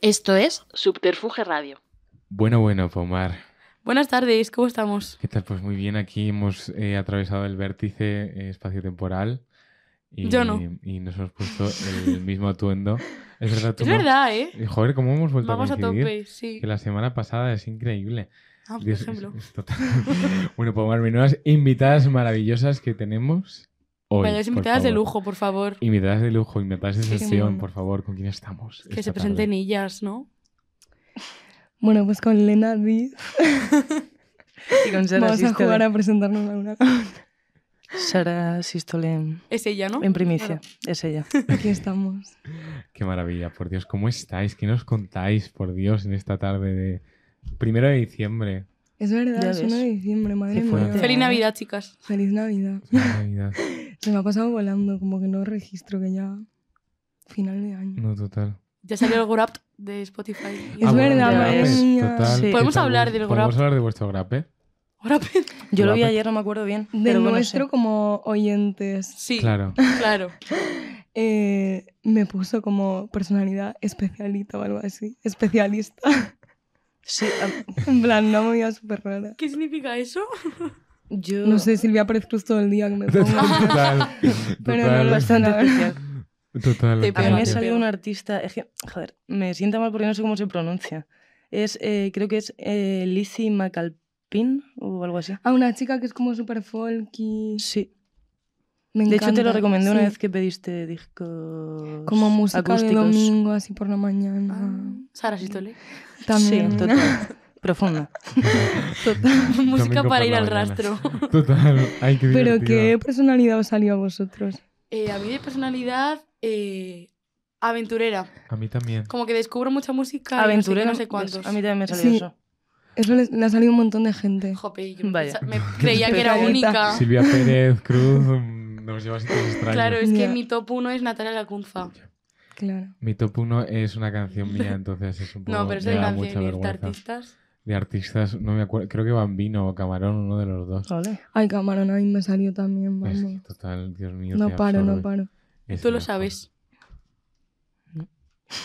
Esto es Subterfuge Radio. Bueno, bueno, Pomar. Buenas tardes, ¿cómo estamos? ¿Qué tal? Pues muy bien, aquí hemos eh, atravesado el vértice eh, espacio-temporal. Y, Yo no. Y nos hemos puesto el mismo atuendo. Es verdad, tú Es no- verdad, ¿eh? Y, Joder, cómo hemos vuelto Vamos a a coincidir. tope, sí. Que la semana pasada es increíble. Ah, por Dios, es- ejemplo. es total. bueno, Pomar, menudas invitadas maravillosas que tenemos hoy. Vaya, por invitadas de favor. lujo, por favor. Invitadas de lujo, invitadas de Sí. sesión, por favor, ¿con quién estamos? Que se esta presenten tarde? ellas, ¿no? Bueno, pues con Lena Díaz Y con Sara vamos a Sístole. jugar a presentarnos a una. Sara Sístole en, Es ella, ¿no? en primicia. Es ella. Aquí estamos. Qué maravilla, por Dios, ¿cómo estáis? ¿Qué nos contáis, por Dios, en esta tarde de primero de diciembre? Es verdad, Ya es 1 de ves. diciembre, madre Qué mía. fuerte. Feliz Navidad, chicas. Feliz Navidad. Es una Navidad. Se me ha pasado volando, como que no registro que ya final de año. No, total. Ya salió el Wrapped de Spotify. Es Ah, bueno, verdad, de madre grapes, mía. total. Sí. ¿Qué Podemos tal? hablar del ¿Podemos grape? hablar de vuestro grape? Wrapped. Yo lo vi Guapa. ayer, no me acuerdo bien. Mm. De pero bueno, nuestro sí. como oyentes Sí, claro. Claro. eh, me puso como personalidad especialita o algo así. Especialista. Sí, a- en plan, una movida súper rara. ¿Qué significa eso? yo... No sé, Silvia Pérez Cruz todo el día que me Total. pongo. Total. Pero no lo sé, Bastante la verdad. especial. Total. Te A pega, mí me te ha gracias. sale- salido pega. un artista... Es que, joder, me sienta mal porque no sé cómo se pronuncia. Es, eh, creo que es eh, Lizzie McAlpin o algo así. A una chica que es como súper folky. Sí. Me De hecho, te lo encanta, recomendé una sí. vez que pediste discos Como música de acústicos. domingo, así por la mañana. Sara Sitole. También. Sí, total. Profunda. Música Domingo para por ir la al mañana. rastro. Total. Ay, qué Pero divertido. ¿qué personalidad os salió a vosotros? Eh, a mí de personalidad, eh, aventurera. A mí también. Como que descubro mucha música. y no sé qué, Aventurero. No sé, cuántos. pues, a mí también me salió Sí. eso. Eso les- le ha salido un montón de gente. Jope, yo Vaya. pensa- me creía que era Especialista. única. Silvia Pérez Cruz mm, nos lleva a sitios extraños. Claro, es que Ya. mi top 1 es Natalia Lacunza. Claro. Mi top 1 es una canción mía, entonces es un poco. No, pero eso me de da mucha canciones, de vergüenza. artistas. De artistas, no me acuerdo. Creo que Bambino o Camarón, uno de los dos. Ole. Ay, camarón, a mí me salió también, Es vamos. que total, Dios mío. No te paro, no absorbe. paro. Es Tú lo mejor. sabes.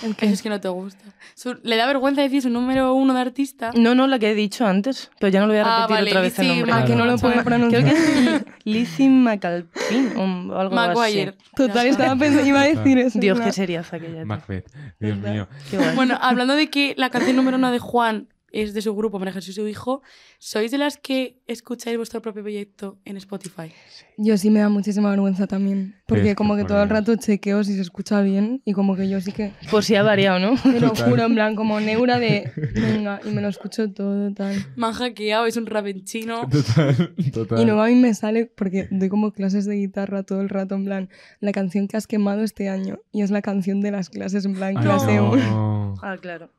El que- Eso es que no te gusta. Su- Le da vergüenza decir su número uno de artista. No, no, la que he dicho antes, pero ya no lo voy a Ah, repetir vale, otra vez el Lizzie nombre. Ma- Ah, que no lo Claro. puedo Creo pronunciar. que es Lizzie McAlpin o Mm, algo Maguire. así. Total, Ya está. estaba pensando, iba a decir eso. Dios, ¿no? qué seriaza aquella. tía. Macbeth, Dios ¿Verdad? mío. Qué guay. Bueno, hablando de que la canción número uno de Juan es de su grupo, María Jesús y su hijo, ¿sois de las que escucháis vuestro propio proyecto en Spotify? Yo sí me da muchísima vergüenza también. Porque que como que por todo el Dios. rato chequeo si se escucha bien y como que yo sí que... Por si ha variado, ¿no? Te lo Total. juro, en plan, como neura de... Venga, y me lo escucho todo, tal. Me han hackeado, es un rap en chino. Total, Y luego total. a mí me sale, porque doy como clases de guitarra todo el rato, en plan, la canción que has quemado este año. Y es la canción de las clases, en plan, Ay, clase eh, no. 1. Ah, claro.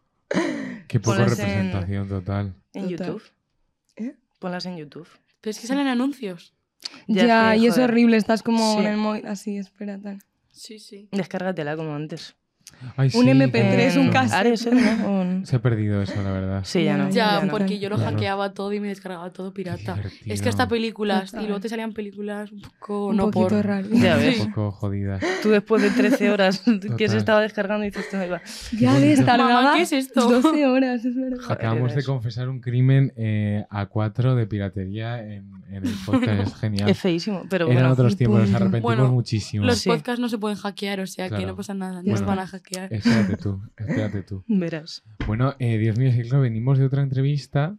Qué poco Pones en- representación total. En Total. YouTube. ¿Eh? Ponlas en YouTube. Pero es que salen anuncios. Ya, Ya, es que, y es joder. horrible, estás como Sí. en el móvil, así, espera, tal. Sí, sí. Descárgatela como antes. Ay, sí, MP3, qué un bonito. cassette. Ares, ¿eh? ¿no? O en- Se ha perdido eso, la verdad. Sí, ya no. Ya, no. porque yo lo Claro. hackeaba todo y me descargaba todo Qué pirata. divertido. Es que hasta películas, y Total. luego te salían películas un poco Un no poquito por. raro. Ya ves. Un poco jodidas. Tú después de 13 horas que Total. se estaba descargando y dices, "Esto me va". Ya ves, Mamá, tardaba ¿qué es esto? 12 horas, es verdad. Joder, Acabamos de eres. confesar un crimen eh, a cuatro de piratería en, en el podcast. Es genial. Es feísimo, pero Eran bueno. otros tiempos, nos punto. arrepentimos Bueno, muchísimo. Los Sí. podcasts no se pueden hackear, o sea que Claro. Eh, no pasa nada, Ya no nos está. van a hackear. Espérate tú, espérate tú. Verás. Bueno, eh, Dios mío, es que claro, venimos de otra entrevista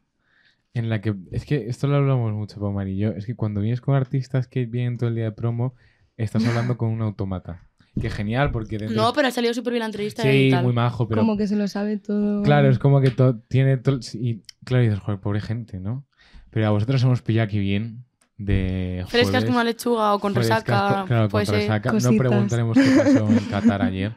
en la que. Es que esto lo hablamos mucho, Pomar y yo. Es que cuando vienes con artistas que vienen todo el día de promo, estás hablando con un automata. Que genial, porque dentro. No, pero ha salido súper bien la entrevista y sí, tal. muy majo, pero. Como que se lo sabe todo. Claro, es como que to- tiene. to- Y claro, dices, joder, pobre gente, ¿no? Pero a vosotros hemos pillado aquí bien. De. Frescas jueves, como una lechuga o con frescas, resaca. pues, eh, co- claro, con puede ser. resaca. No pues, eh, Cositas. preguntaremos qué pasó en Qatar ayer.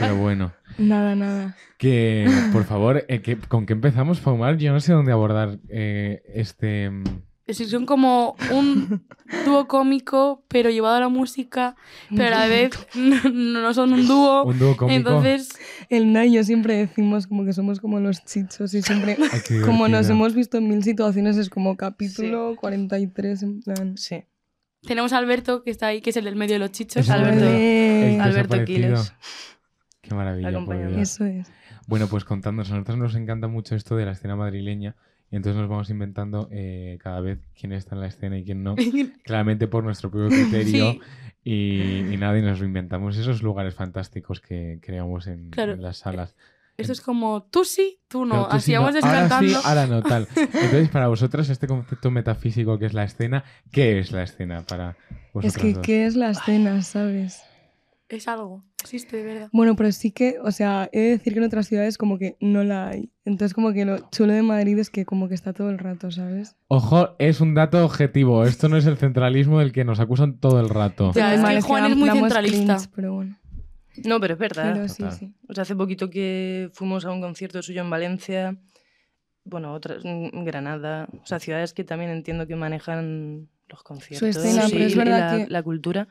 pero bueno. Nada, nada. Que, por favor, eh, que- ¿con qué empezamos, Faumar? Yo no sé dónde abordar eh, este... mm, Es decir, son como un dúo cómico, pero llevado a la música, pero a la vez no, no son un dúo. Un dúo cómico. Entonces, El Nay y yo siempre decimos como que somos como los chichos y siempre... Ay, qué Como nos divertido. hemos visto en mil situaciones, es como capítulo 43, en plan... Sí. tenemos a Alberto, que está ahí, que es el del medio de los chichos. Es Alberto. verdad. Ole. El Alberto desaparecido. Quiles. Qué maravilla. por acompañando. Dios. Eso es. Bueno, pues contándonos, a nosotros nos encanta mucho esto de la escena madrileña y entonces nos vamos inventando eh, cada vez quién está en la escena y quién no, claramente por nuestro propio criterio Sí. y, y nada, y nos reinventamos esos lugares fantásticos que creamos en, Claro. en las salas. Esto es como tú sí, tú no. Pero tú Así sí, no, vamos descartando. Ahora sí, ahora no, tal. Entonces, para vosotras, este concepto metafísico que es la escena, ¿qué es la escena para vosotras Es que, dos? ¿qué es la escena, sabes? Es algo. Existe, de verdad. Bueno, pero sí que, o sea, he de decir que en otras ciudades como que no la hay. Entonces como que lo chulo de Madrid es que como que está todo el rato, ¿sabes? Ojo, es un dato objetivo. Esto no es el centralismo del que nos acusan todo el rato. Ya, es Vale, que Juan es muy damos centralista. cringe, pero bueno. No, pero es verdad. Pero sí, Total. sí. O sea, hace poquito que fuimos a un concierto suyo en Valencia, bueno, otras, en Granada, o sea, ciudades que también entiendo que manejan los conciertos escena, y, pero es y verdad la, que- la cultura,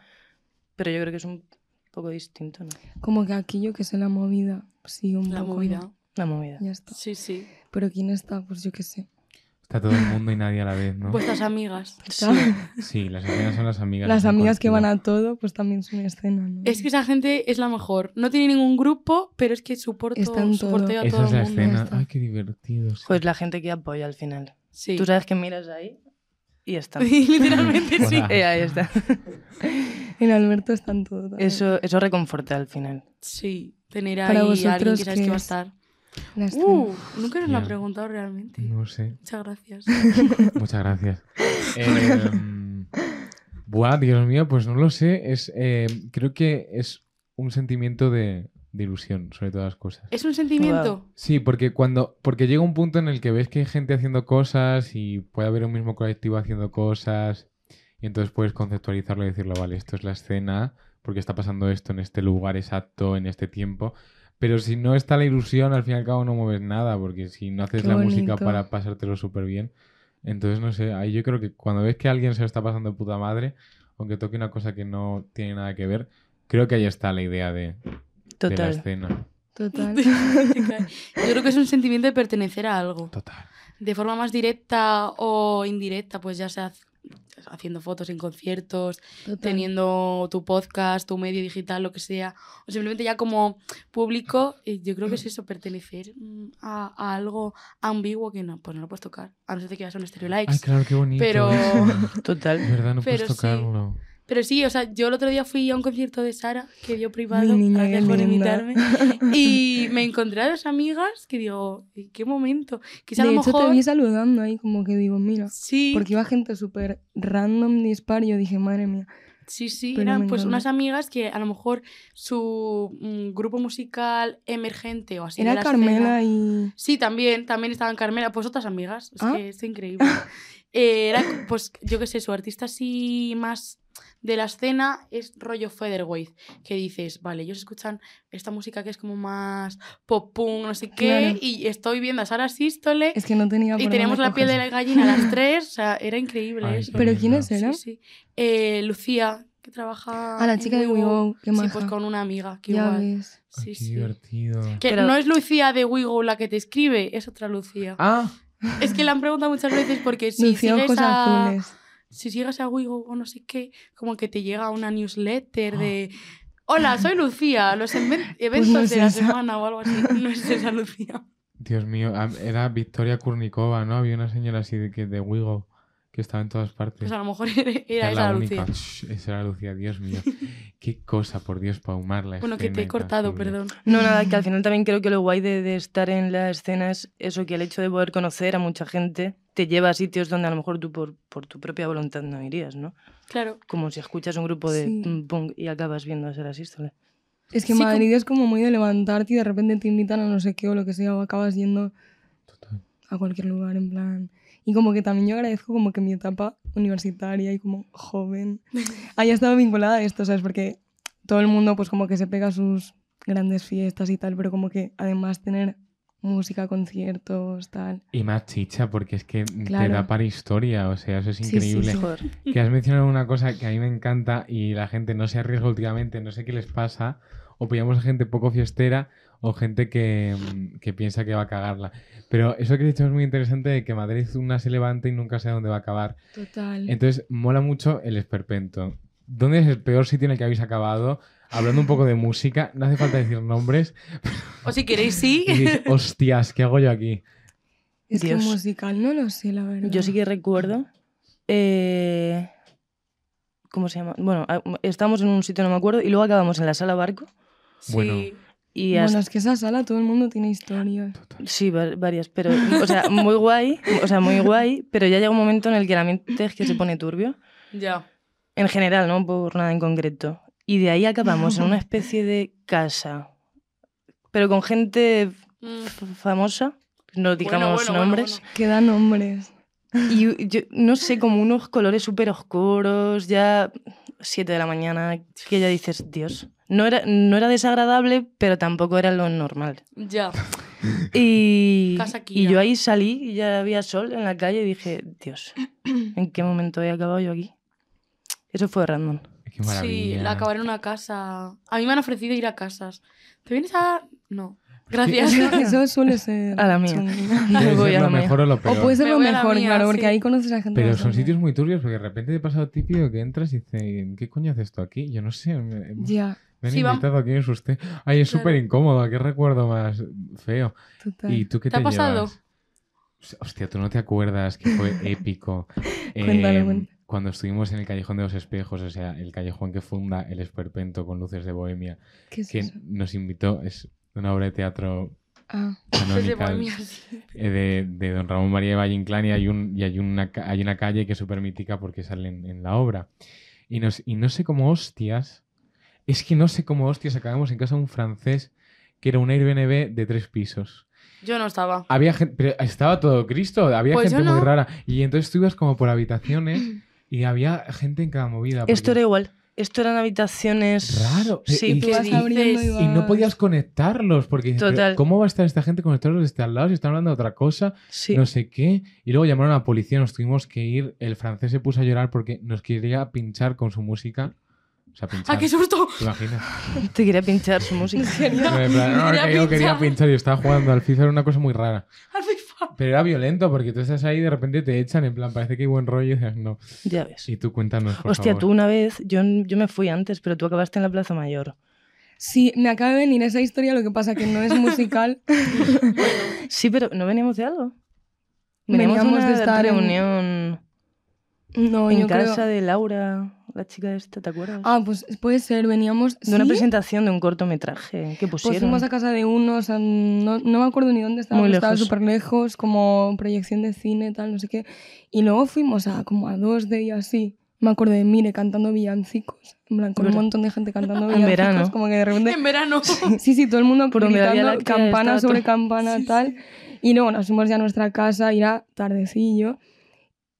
pero yo creo que es un poco distinto, ¿no? Como que aquí yo que sé la movida. Sí, un La poco, ¿no? movida. La movida. Ya está. Sí, sí. Pero ¿quién está? Pues yo qué sé. Está todo el mundo y nadie a la vez, ¿no? Vuestras amigas. Sí. Sí, las amigas son las amigas. Las es un amigas que colectivo. van a todo, pues también son escena, ¿no? Es que esa gente es la mejor. No tiene ningún grupo, pero es que soporto, Está en todo. soporteo a Esa todo es la el mundo. escena. está. Ay, qué divertido. sí. Pues la gente que apoya al final. Sí. Tú sabes que miras ahí y está. Literalmente sí. Hola. Eh, ahí está. En Alberto están todo. también. Eso, eso reconforta al final. Sí. Tener Para ahí a alguien vosotros, que sabes ¿qué que va a es? estar. La escena. Uh, nunca nos lo ha Ya. preguntado realmente. No sé. Muchas gracias. Muchas gracias. Eh, buah, Dios mío, pues no lo sé. Es, eh, creo que es un sentimiento de, de ilusión sobre todas las cosas. Es un sentimiento. Sí, porque cuando porque llega un punto en el que ves que hay gente haciendo cosas y puede haber un mismo colectivo haciendo cosas y entonces puedes conceptualizarlo y decirlo, vale, esto es la escena porque está pasando esto en este lugar exacto, en este tiempo. Pero si no está la ilusión, al fin y al cabo no mueves nada, porque si no haces Qué la música bonito. para pasártelo súper bien, entonces no sé, ahí yo creo que cuando ves que alguien se lo está pasando de puta madre, aunque toque una cosa que no tiene nada que ver, creo que ahí está la idea de, de la Total. escena. Total. Yo creo que es un sentimiento de pertenecer a algo. Total. De forma más directa o indirecta, pues ya sea haciendo fotos en conciertos, Total. teniendo tu podcast, tu medio digital, lo que sea, o simplemente ya como público, y yo creo que es eso, pertenecer mm, a, a algo ambiguo que no, pues no lo puedes tocar, a no ser que vayas a un Stereo Likes. Ay, claro, qué bonito. Pero- Es Total. verdad, no Pero puedes sí. tocarlo. Pero sí, o sea, yo el otro día fui a un concierto de Sara que dio privado, Mi niña, gracias qué por linda. invitarme, y me encontré a dos amigas que digo, "¿Y qué momento? Quizá a De lo hecho, te mejor... vi saludando ahí, como que digo, mira. Sí, Porque iba gente súper random, dispar, y yo dije, madre mía. sí, sí, pero eran me pues encanta. unas amigas que a lo mejor su mm, grupo musical emergente o así. de Era la escena- Carmela y. Sí, también, también estaban Carmela, pues otras amigas, es Ah. que es increíble. Eh, era, pues yo qué sé, su artista así más de la escena es rollo Featherweight, que dices, vale, ellos escuchan esta música que es como más pop punk, no sé qué, Claro. y estoy viendo a Sara Sístole Es que no tenía. por y dónde tenemos la piel de cogerse. la gallina a las tres, o sea, era increíble Ay, eso. qué ¿Pero lindo. quiénes Sí, eran? sí. Eh, Lucía, que trabaja... A la en chica de WeGo. WeGo, qué Ah, Sí, maja. pues con una amiga, que Ya igual. ves. Ay, Sí, qué sí. divertido. Que Pero- no es Lucía de WeGo la que te escribe, es otra Lucía. Ah, Es que la han preguntado muchas veces porque si Lucía sigues Ojos a, Azules. si sigues a Wigo o no sé qué, como que te llega una newsletter de Hola, soy Lucía, los inven- eventos no es de la esa. semana o algo así. No es esa Lucía. Dios mío, ah, era Victoria Kurnikova, ¿no? Había una señora así de, que, de Wigo que estaba en todas partes. Pues a lo mejor era era Era esa la Lucía. única. Shh, esa era Lucía, Dios mío. Qué cosa, por Dios, para la Bueno, que escena te he y cortado, transcurrir. perdón. No, nada, Mm. que al final también creo que lo guay de, de estar en la escena es eso, que el hecho de poder conocer a mucha gente te lleva a sitios donde a lo mejor tú por, por tu propia voluntad no irías, ¿no? Claro. Como si escuchas un grupo de Sí. pum, pum, y acabas viendo a Sara Sístole. Es que Sí, como- Madrid es como muy de levantarte y de repente te invitan a no sé qué o lo que sea, o acabas yendo Total. a cualquier lugar, en plan. Y como que también yo agradezco como que mi etapa universitaria y como joven haya estado vinculada a esto, ¿sabes? Porque todo el mundo pues como que se pega sus grandes fiestas y tal, pero como que además tener música, conciertos, tal. Y más chicha, porque es que te Claro. da para historia, o sea, eso es Sí, sí, increíble. sí. Joder. Que has mencionado una cosa que a mí me encanta y la gente no se arriesga últimamente, no sé qué les pasa. O pillamos a gente poco fiestera o gente que, mm, que piensa que va a cagarla. Pero eso que he dicho es muy interesante de que Madrid una se levanta y nunca sabe dónde va a acabar. Total. Entonces mola mucho el esperpento. ¿Dónde es el peor sitio en el que habéis acabado? hablando un poco de música, no hace falta decir nombres. O si queréis, sí. Y dices, hostias, ¿qué hago yo aquí? Es Dios. que musical, no lo sé, la verdad. Yo sí que recuerdo. eh, ¿Cómo se llama? Bueno, a- estábamos en un sitio, no me acuerdo, y luego acabamos en la sala barco. Sí. Bueno. Y Bueno, hasta- es que esa sala todo el mundo tiene historias. Sí, va- varias, pero, o sea, muy guay, o sea, muy guay, pero ya llega un momento en el que el ambiente es que se pone turbio. Ya. En general, no por nada en concreto. Y de ahí acabamos en una especie de casa, pero con gente Mm. f- famosa, no digamos bueno, bueno, nombres, Que dan nombres. Y yo, no sé, como unos colores súper oscuros, ya 7 de la mañana, que ya dices, Dios. No era, no era desagradable, pero tampoco era lo normal. bueno. Ya. Y, Casa y Kira. yo ahí salí y ya había sol en la calle y dije, Dios, ¿en qué momento he acabado yo aquí? Eso fue random. Qué maravilla. Sí, la acabaré en una casa. A mí me han ofrecido ir a casas. ¿Te vienes a.? No. Gracias. Eso, eso suele ser. A la mía. chungo. Puede Voy ser a lo la mía. mejor o lo O peor. puede ser Me lo voy a la mejor, mía, claro, sí. porque ahí conoces a gente. Pero son bastante. sitios muy turbios porque de repente te pasa lo típico que entras y dices, ¿qué coño haces tú aquí? Yo no sé. me- Ya, Me han Sí, vam- invitado, ¿quién es usted? Ay, es Claro. súper incómodo, qué recuerdo más feo. total. ¿Y tú qué te, ¿Te ha pasado? llevas? Hostia, Hostia, tú no te acuerdas que fue épico. Eh, Cuéntalo, cuéntalo. cuando estuvimos en el Callejón de los Espejos, o sea, el callejón que funda el Esperpento con luces de Bohemia, ¿Qué es que eso? nos invitó, es una obra de teatro Ah, Desde canónica Bohemia, sí. eh, de, de Don Ramón María de Valle Inclán y hay, un, y hay, una, ca- hay una calle que es súper mítica porque sale en, en la obra. Y, nos, y no sé cómo hostias, es que no sé cómo hostias acabamos en casa de un francés que era un Airbnb de tres pisos. Yo no estaba. Había gente, pero estaba todo Cristo, había Pues gente yo muy no. rara. Y entonces tú ibas como por habitaciones y había gente en cada movida. Esto era porque- igual. Esto eran habitaciones. Raro. Sí. ¿Y tú qué vas dices? abriendo y Y vas... Y no podías conectarlos porque dices, pero Total. ¿cómo va a estar esta gente conectarlos desde al lado si están hablando de otra cosa? Sí. no sé qué. Y luego llamaron a la policía, nos tuvimos que ir. El francés se puso a llorar porque nos quería pinchar con su música. O sea, pinchar. ¡Ah, qué susto! ¿Te imaginas? Te quería pinchar su música. No, en plan, no, quería que yo quería pinchar. pinchar y estaba jugando al FIFA, era una cosa muy rara. Al FIFA. Pero era violento porque tú estás ahí y de repente te echan, en plan, parece que hay buen rollo y dices, no. Ya ves. Y tú cuéntanos. Por Hostia, favor. tú una vez, yo, yo me fui antes, pero tú acabaste en la Plaza Mayor. Sí, me acaba de venir esa historia, lo que pasa que no es musical. Sí, pero ¿no veníamos de algo? Veníamos de estar en- reunión No, en yo creo- casa de Laura, la chica esta, ¿te acuerdas? Ah, pues puede ser, veníamos... de una ¿Sí? presentación de un cortometraje que Pues pusieron. fuimos a casa de uno, o sea, no, no me acuerdo ni dónde estaba, Muy pero estaba lejos. súper lejos, como proyección de cine, tal, no sé qué. Y luego fuimos a como a dos de ellas, así. Me acuerdo de Mire cantando villancicos, en plan, con un Verdad. montón de gente cantando En villancicos, verano. como que de repente... En verano. Sí, sí, todo el mundo Por donde la Vía gritando Láctea campana estaba sobre todo- campana, tal. Y luego nos fuimos ya a nuestra casa, y era tardecillo.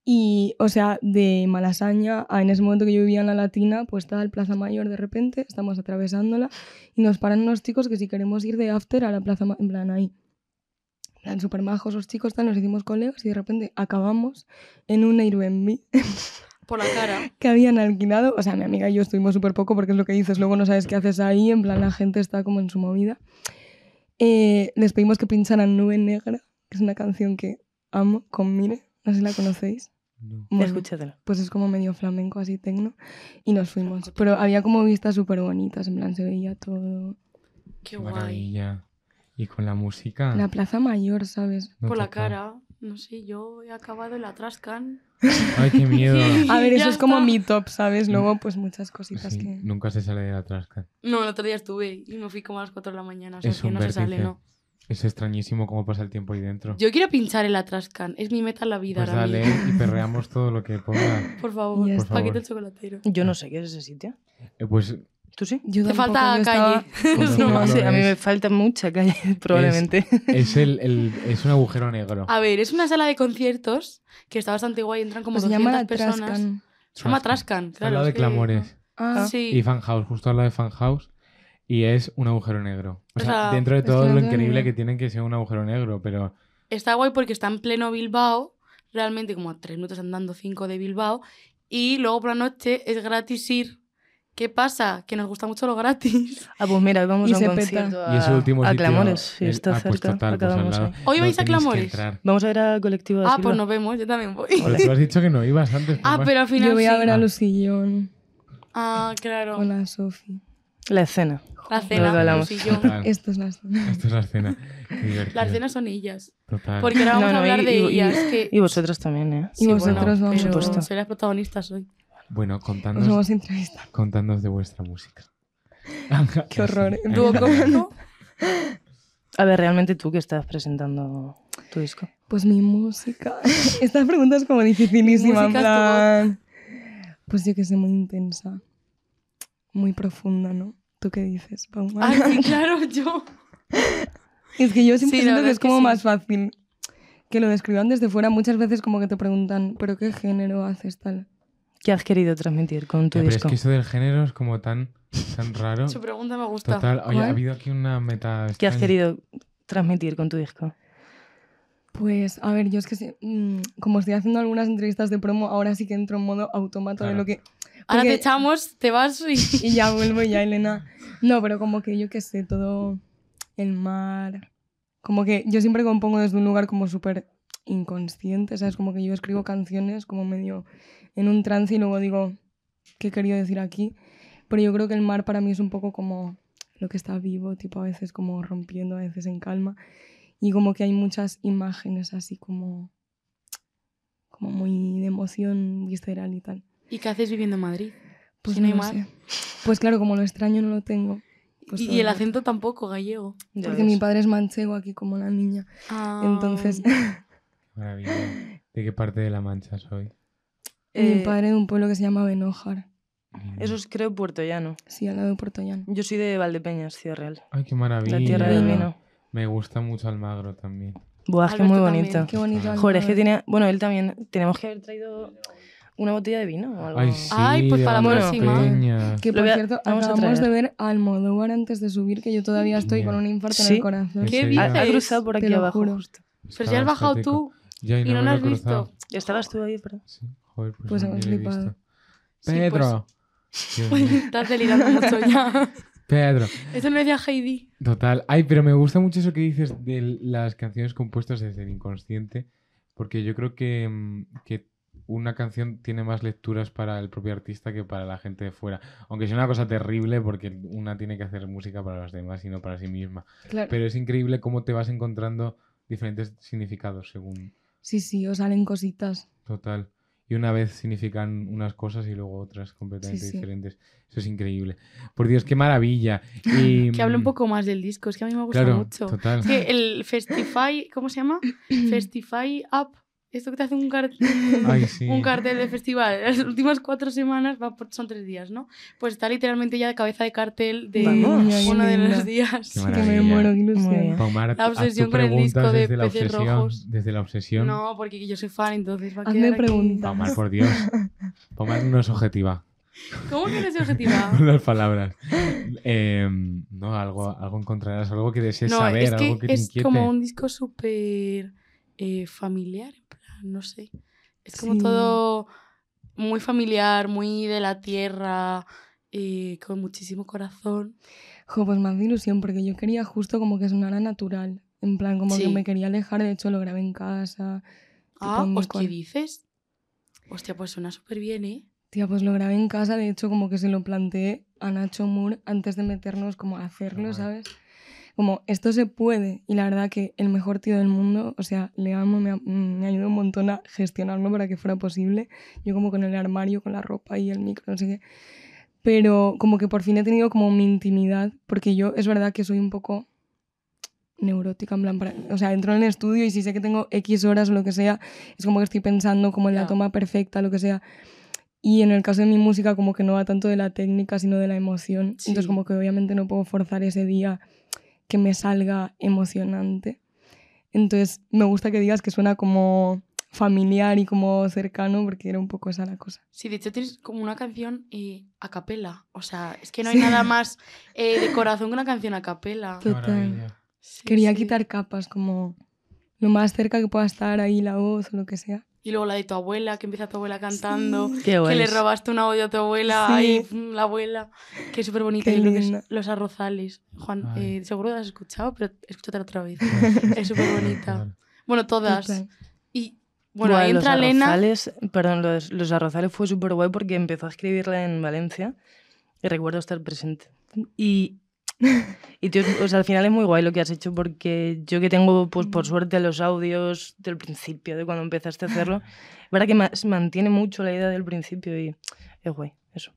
Y, o sea, de Malasaña a en ese momento que yo vivía en la Latina, pues está el Plaza Mayor de repente, estamos atravesándola, y nos paran unos chicos que si queremos ir de after a la Plaza Mayor, en plan ahí. En plan, súper majos los chicos, tal, nos hicimos colegas y de repente acabamos en un Airbnb Por la cara. que habían alquilado. O sea, mi amiga y yo estuvimos súper poco porque es lo que dices, luego no sabes qué haces ahí, en plan la gente está como en su movida. Eh, les pedimos que pincharan Nube Negra, que es una canción que amo, con Mire, no sé si la conocéis. No. Bueno, Escúchatela. pues es como medio flamenco, así tecno, y nos fuimos. Pero había como vistas súper bonitas, en plan se veía todo. Qué Qué guay. maravilla. Y con la música. La Plaza Mayor, ¿sabes? no Por la toca. cara. No sé, yo he acabado en la Trascan. Ay, qué miedo. A ver, Ya eso es como está. mi top, ¿sabes? Luego, pues muchas cositas Sí, que... Nunca se sale de la trasca. No, el otro día estuve y me fui como a las 4 de la mañana. O sea, Es que un no se sale, vértice. ¿no? Es extrañísimo cómo pasa el tiempo ahí dentro. Yo quiero pinchar en la Trascan. Es mi meta en la vida Pues ahora dale mismo. y perreamos todo lo que ponga. Por favor, Ya está. paquete el chocolatero. Yo no sé qué es ese sitio. Eh, Pues ¿Tú sí? Yo Te tampoco, falta yo estaba- calle. Pues No. no. No sé, a mí es- me falta mucha calle, probablemente. es, el, el- es un agujero negro. A ver, es una sala de conciertos que está bastante guay. Entran como Pues se llama 200 la personas. Trascan. Se llama Trascan, Está al lado claro. de es que- Clamores Ah, Sí. y Funhouse, justo al lado de Funhouse. Y es un agujero negro. O O sea, sea, dentro de es que todo no lo tengo ni increíble idea. que tienen que ser un agujero negro, pero Está guay porque está en pleno Bilbao, realmente como a tres minutos andando, cinco de Bilbao, y luego por la noche es gratis ir. ¿Qué pasa? Que nos gusta mucho lo gratis. Ah, pues mira, hoy vamos Y a un se peta. concierto y a, Ah, es el último a sitio, Clamores, sí, el- está ah, pues cerca, total, pues al acabamos lado. ahí. ¿Hoy No vais a tenéis que Clamores? entrar. Vamos a ver a Colectivo de Ah, Silva. pues nos vemos, yo también voy. Pero tú has dicho que no ibas antes. Ah, Puma. pero al final Yo voy a ver sí. a Ah. Lucillón Ah, claro. con la Sofi. La escena. La Lo que cena, el hablamos. sillón. Total. Esto es la escena. Esto es la escena. Qué divertido. Las cenas son ellas. Total. Porque ahora vamos No, no, a hablar y- de y- y- ellas. que... Y vosotros también, ¿eh? Y vosotros vamos pero Por supuesto. Soy las protagonistas hoy. Bueno, Os contadnos, vamos a entrevistar. contadnos de vuestra música. Qué horror, Así, en Dúo ahí. cómico. A ver, realmente tú que estás presentando tu disco. Pues mi música. Esta pregunta es como dificilísima. en Música es plan, Pues yo que sé, muy intensa. Muy profunda, ¿no? ¿Tú qué dices, Pau? Ay, Ah, sí, claro, yo. Es que yo siempre Sí, la siento verdad que es es que como sí. más fácil que lo describan desde fuera. Muchas veces como que te preguntan, ¿pero qué género haces tal? ¿Qué has querido transmitir con tu Ya, pero es disco? que eso del género es como tan, tan raro. Su pregunta me gusta. Total, oye, ha ¿Cuál? habido aquí una meta. ¿Qué has extraña. querido transmitir con tu disco? Pues, a ver, yo es que sí, mm, como estoy haciendo algunas entrevistas de promo, ahora sí que entro en modo automático Claro. de lo que... Ahora te porque- echamos, te vas y... Y ya vuelvo y ya, Elena. No, pero como que yo qué sé, todo el mar. Como que yo siempre compongo desde un lugar como súper inconsciente, ¿sabes? Como que yo escribo canciones como medio en un trance y luego digo, ¿qué quería decir aquí? Pero yo creo que el mar para mí es un poco como lo que está vivo, tipo a veces como rompiendo, a veces en calma. Y como que hay muchas imágenes así como, como muy de emoción visceral y tal. ¿Y qué haces viviendo en Madrid? Pues Si no hay lo mar. sé. Pues claro, como lo extraño no lo tengo. Pues y, todo y el rato. acento tampoco, gallego. Ya Porque ves. mi padre es manchego aquí como la niña. Ah, Entonces, mm, Maravilla. ¿De qué parte de la Mancha soy? mi Eh, padre de un pueblo que se llama Benojar. Eso es, creo, puertollano. Sí, al lado de Portollano. Yo soy de Valdepeñas, Ciudad Real. Ay, qué maravilla. La tierra del vino. Me gusta mucho Almagro también. Buah, que Alberto muy también. bonito. Qué bonito. Ah, eh. Joder, Joder, es Almagro. que tiene... Bueno, él también... Tenemos que haber traído una botella de vino o algo. Ay, sí, Ay, pues para la Bueno. próxima. Peña. Que Lo por voy a- cierto, vamos a acabamos de traer. ver a Almodóvar antes de subir, que yo todavía estoy Mía. con un infarto en Sí. el corazón. ¿En ¿Qué serio? Ha, dices? ha cruzado por Te aquí lo abajo juro. justo. Pero si has bajado tú Ya, y no, lo me has he cruzado. visto. Estabas tú ahí, pero... Sí, joder, pues, Pues no habrás lo he flipado. visto. Sí, pues- Pedro. Dios Pues mío. estás delirando mucho ya. Pedro. Eso no decía Heidi. Total. Ay, pero me gusta mucho eso que dices de las canciones compuestas desde el inconsciente, porque yo creo que, mm, que una canción tiene más lecturas para el propio artista que para la gente de fuera. Aunque sea una cosa terrible, porque una tiene que hacer música para los demás y no para sí misma. Claro. Pero es increíble cómo te vas encontrando diferentes significados según. Sí, sí, os salen cositas. Total. Y una vez significan unas cosas y luego otras completamente sí. diferentes. Eso es increíble. Por Dios, qué maravilla. Y, mm, Que hable un poco más del disco, es que a mí me gusta Claro, mucho. total. Es que el Festify, ¿cómo se llama? Festify Up. Esto que te hace un cartel, Ay, sí. un cartel de festival. Las últimas cuatro semanas va por- son tres días, ¿no? Pues está literalmente ya de cabeza de cartel de Vamos. Niña, qué uno de linda. los días. Qué Que me maravilla. muero, qué ilusión. Muy bien. Pomar, La haz tus obsesión con el disco preguntas de desde la peces obsesión, rojos. Desde la obsesión. No, porque yo soy fan, entonces va a Hazme quedar aquí. preguntas. Pomar, por Dios. Pomar no es objetiva ¿Cómo que no es objetiva? con las palabras. Eh, no, algo, algo encontrarás, algo que desees No, saber, es que algo que te es inquiete. como un disco súper eh, familiar, en plan, no sé. Es como Sí. todo muy familiar, muy de la tierra, eh, con muchísimo corazón. Jo, pues más de ilusión, porque yo quería justo como que sonara natural. En plan, como que Sí. me quería alejar, de hecho lo grabé en casa. Ah, pongo hostia, con- dices? Hostia, pues suena súper bien, ¿eh? Tía, pues lo grabé en casa, de hecho como que se lo planteé a Nacho Moore antes de meternos como a hacerlo, guay. ¿sabes? Como, esto se puede, y la verdad que el mejor tío del mundo, o sea, le amo, me, a- me ayudó un montón a gestionarlo para que fuera posible, yo como con el armario, con la ropa y el micro, no sé qué, pero como que por fin he tenido como mi intimidad, porque yo es verdad que soy un poco neurótica, en plan, para- o sea, entro en el estudio y si sé que tengo X horas o lo que sea, es como que estoy pensando como en Ya. la toma perfecta, lo que sea. Y en el caso de mi música como que no va tanto de la técnica, sino de la emoción. Sí. Entonces como que obviamente no puedo forzar ese día que me salga emocionante. Entonces me gusta que digas que suena como familiar y como cercano, porque era un poco esa la cosa. Sí, de hecho tienes como una canción eh, a capela. O sea, es que no hay nada más eh, de corazón que una canción a capela. Qué Total. maravilla. Sí, Quería sí. quitar capas, como lo más cerca que pueda estar ahí la voz o lo que sea. Y luego la de tu abuela, que empieza tu abuela cantando. Qué Que guay. le robaste un audio a tu abuela Sí. ay, mm, la abuela. Que es súper bonito. Qué Yo creo que es linda. Los Arrozales. Juan, Ay. eh, seguro que la has escuchado, pero escúchatela otra vez. Es súper bonita. Bueno, todas. Total. Y bueno, Buah, ahí entra los Elena. Arrozales, perdón, los, los arrozales fue súper guay porque empezó a escribirla en Valencia y recuerdo estar presente. Y, y tío, o sea, al final es muy guay lo que has hecho porque yo que tengo, pues Mm. por suerte, los audios del principio, de cuando empezaste a hacerlo, es verdad que ma- se mantiene mucho la idea del principio y es guay, eso.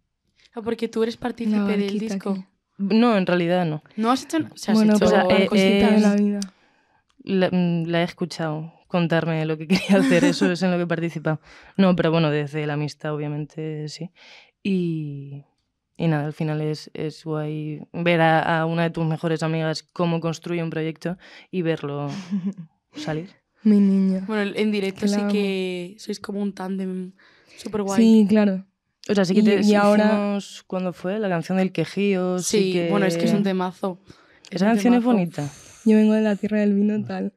Ah, Porque tú eres partícipe La del barquita disco. aquí. No, en realidad no. No has hecho. O sea, has Bueno, hecho pero o sea, eh, cosita de es- la vida. La, mm, la he escuchado contarme lo que quería hacer, eso es en lo que he participado. No, pero bueno, desde la amistad, obviamente, sí. Y, y nada, al final es, es guay ver a, a una de tus mejores amigas cómo construye un proyecto y verlo salir. Mi niña. Bueno, en directo Que la sí amo. que sois como un tándem súper guay. Sí, claro. O sea, sí que te Y- y ahora- hicimos, ¿cuándo fue? La canción del quejío. Sí, que... bueno, es que es un temazo. Esa un canción es temazo. bonita. Yo vengo de la tierra del vino tal.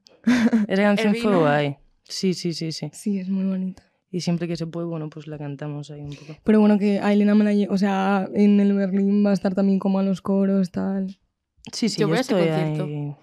Esa canción fue vino. guay. Sí, sí, sí, sí. Sí, es muy bonita. Y siempre que se puede, bueno, pues la cantamos ahí un poco. Pero bueno, que a Elena me la lle- O sea, en el Berlín va a estar también como a los coros, tal. Sí, sí, Yo yo, voy a ese estoy concierto. ahí.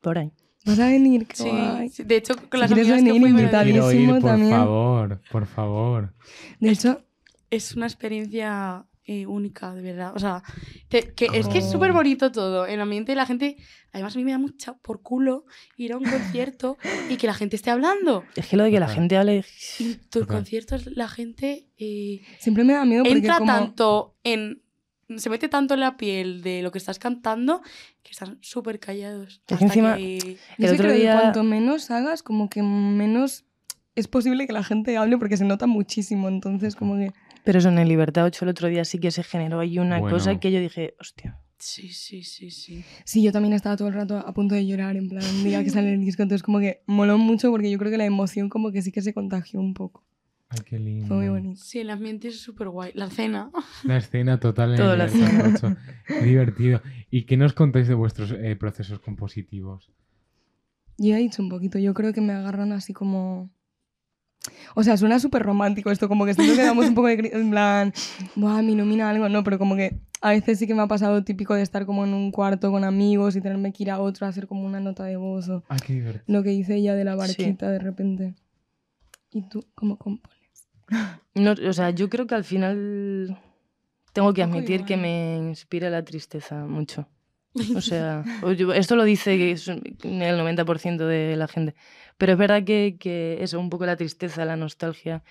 Por ahí. Vas a venir, qué Sí, guay. sí, de hecho, con las quieres amigas que venir, fui me lo Yo dijeron. quiero ir, invitadísimo por también. favor, por favor. De hecho, es una experiencia eh, única, de verdad. O sea, te- que es que es Oh. súper bonito todo. El ambiente de la gente. Además, a mí me da mucha por culo ir a un concierto y que la gente esté hablando. Es que lo de que la Total. gente hable. Y tus Total. conciertos, la gente eh, siempre me da miedo porque entra como... tanto en. Se mete tanto en la piel de lo que estás cantando que están súper callados. que hasta encima- que- El Yo sí otro creo día- que cuanto menos hagas, como que menos es posible que la gente hable porque se nota muchísimo. Entonces, como que. Pero eso en el Libertad 8 el otro día sí que se generó ahí una Bueno. cosa que yo dije, hostia. Sí, sí, sí, sí. Sí, yo también estaba todo el rato a punto de llorar, en plan, un día que sale el disco. Entonces, como que moló mucho porque yo creo que la emoción, como que sí que se contagió un poco. Ay, qué lindo. Fue Mm. muy bonito. Sí, el ambiente es súper guay. La cena. La escena total en Todo el la Libertad 8. Qué divertido. ¿Y qué nos contáis de vuestros eh, procesos compositivos? Yo he dicho un poquito, yo creo que me agarran así como. O sea, suena súper romántico esto, como que siempre quedamos un poco de cri- en plan, Buah, me ilumina algo, no, pero como que a veces sí que me ha pasado típico de estar como en un cuarto con amigos y tenerme que ir a otro a hacer como una nota de voz o Ay, qué divertido. lo que dice ella de la Sí. barquita de repente. ¿Y tú cómo compones? No, o sea, yo creo que al final tengo que Un poco admitir que igual. me inspira la tristeza mucho. O sea, o yo- esto lo dice que es un- el 90% de la gente. Pero es verdad que, que eso, un poco la tristeza, la nostalgia.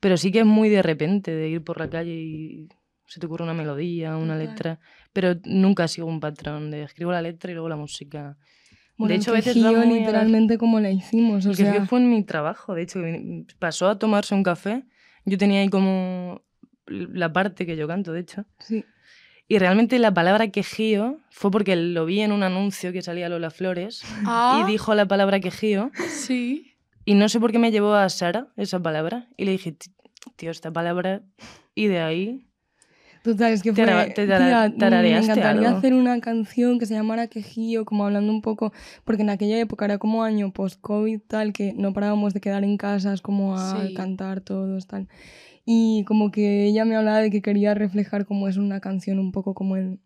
Pero sí que es muy de repente de ir por la calle y se te ocurre una melodía, una Total. letra. Pero nunca sigo un patrón de escribo la letra y luego la música. Bueno, de el hecho, a veces quejío, va muy a la- literalmente como la hicimos, o Porque sea, fue en mi trabajo, de hecho, que vin- pasó a tomarse un café. Yo tenía ahí como la parte que yo canto, de hecho. sí, Y realmente la palabra quejío fue porque lo vi en un anuncio que salía Lola Flores Ah, y dijo la palabra quejío. sí. Y no sé por qué me llevó a Sara esa palabra. Y le dije, "Ti- tío, esta palabra. Y de ahí. Total, es que fue... Tara- te tara- tía, me tarareaste encantaría algo. hacer una canción que se llamara Quejío, como hablando un poco, porque en aquella época era como año post-COVID, tal, que no parábamos de quedar en casas, como a Sí. cantar todos, tal. Y como que ella me hablaba de que quería reflejar como es una canción un poco como el...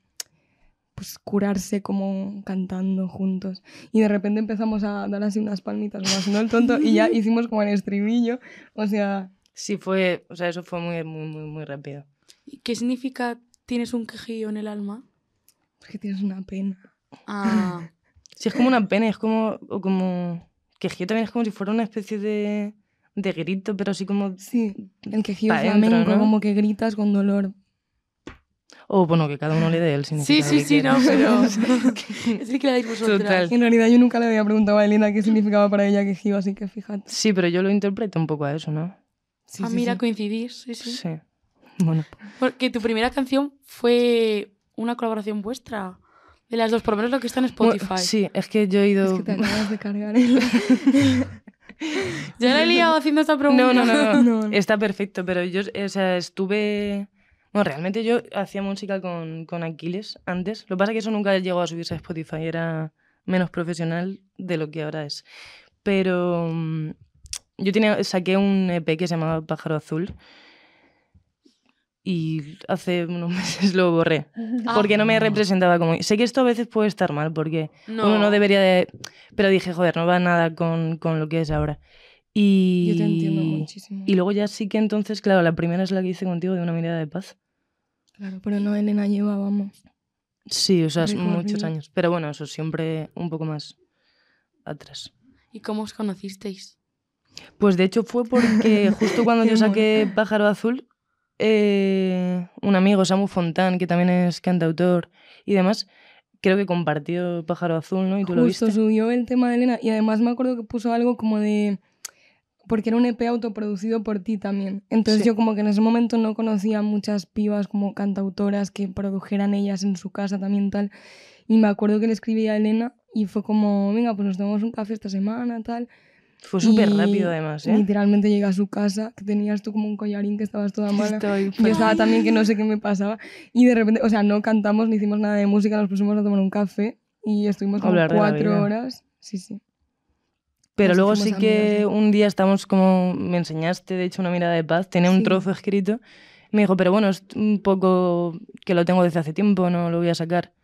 Pues curarse como cantando juntos. Y de repente empezamos a dar así unas palmitas, como haciendo el tonto, y ya hicimos como el estribillo. O sea, Sí, fue. O sea, eso fue muy, muy, muy, muy rápido. ¿Y ¿Qué significa tienes un quejío en el alma? es que tienes una pena. Ah, Sí, es como una pena, es como. O como quejío también es como si fuera una especie de. De grito, pero así como. Sí, el quejío Pa' dentro, flamenco, ¿no? como que gritas con dolor. O bueno, que cada uno le dé el sí, significado. sí, que sí, quiera. no, pero. es el que le dais vosotras. Total. En realidad yo nunca le había preguntado a Elena qué significaba para ella quejío, así que fíjate. Sí, pero yo lo interpreto un poco a eso, ¿no? Sí, ah, sí, mira, sí. coincidís. Sí, sí. Sí. Bueno, Porque tu primera canción fue una colaboración vuestra. De las dos, por lo menos lo que está en Spotify. Bueno, sí, es que yo he ido. Es que te acabas de cargar el... Ya la he liado haciendo esta pregunta. No, no, no, no. No, no. Está perfecto, pero yo o sea, estuve. Bueno, realmente yo hacía música con, con Aquiles antes. Lo que pasa es que eso nunca llegó a subirse a Spotify, era menos profesional de lo que ahora es. Pero mm, yo tenía, saqué un EP que se llamaba Pájaro Azul y hace unos meses lo borré Ah, porque no me representaba como... Sé que esto a veces puede estar mal porque no. uno no debería de... Pero dije, joder, no va nada con, con lo que es ahora. Y... Yo te entiendo muchísimo. Y luego ya sí que entonces, claro, la primera es la que hice contigo de una mirada de paz. Claro. Pero no, Elena lleva, vamos. Sí, o sea, es Rico, muchos rico. años. Pero bueno, eso siempre un poco más atrás. ¿Y cómo os conocisteis? Pues de hecho fue porque justo cuando yo Qué saqué Pájaro Azul, eh, un amigo, Samu Fontán, que también es cantautor y demás, creo que compartió Pájaro Azul, ¿no? Y tú lo Justo viste. subió el tema de Elena y además me acuerdo que puso algo como de... Porque era un EP autoproducido por ti también. Entonces Sí. yo como que en ese momento no conocía muchas pibas como cantautoras que produjeran ellas en su casa también tal. Y me acuerdo que le escribí a Elena y fue como, venga, pues nos tomamos un café esta semana tal. Fue súper Y rápido además, ¿eh? Literalmente llegué a su casa, que tenías tú como un collarín que estabas toda mala. Estoy Yo estaba Ay. también que no sé qué me pasaba. Y de repente, o sea, no cantamos ni hicimos nada de música, nos pusimos a tomar un café y estuvimos como Hablar de la vida. cuatro horas. Sí, sí. Pero Nos ¿eh? luego sí hicimos que amigas, ¿no? un día estamos como, me enseñaste, de hecho, una mirada de paz, tenía un Sí. trozo escrito, me dijo, pero bueno, es un poco que lo tengo desde hace tiempo, no lo voy a sacar.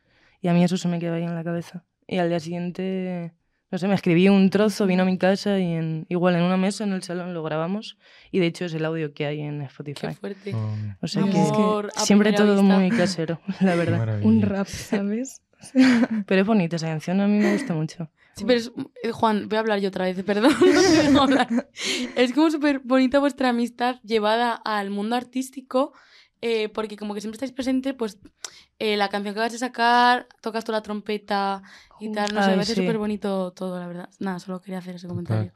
Y a mí eso se me quedó ahí en la cabeza. Y al día siguiente, no sé, me escribí un trozo, vino a mi casa y en, igual en una mesa en el salón lo grabamos y de hecho es el audio que hay en Qué Spotify. fuerte. Oh, O sea Amor que es a que siempre primera todo vista. muy casero, la qué verdad. maravilla. Un rap, ¿sabes? Pero es bonita esa canción, a mí me gusta mucho. Sí, pero es- eh, Juan, voy a hablar yo otra vez, perdón. no te dejo hablar. Es como súper bonita vuestra amistad llevada al mundo artístico, eh, porque como que siempre estáis presente, pues eh, la canción que vas a sacar, tocas tú la trompeta y tal, no sé, Ay, me hace sí. súper bonito todo, la verdad. Nada, solo quería hacer ese comentario.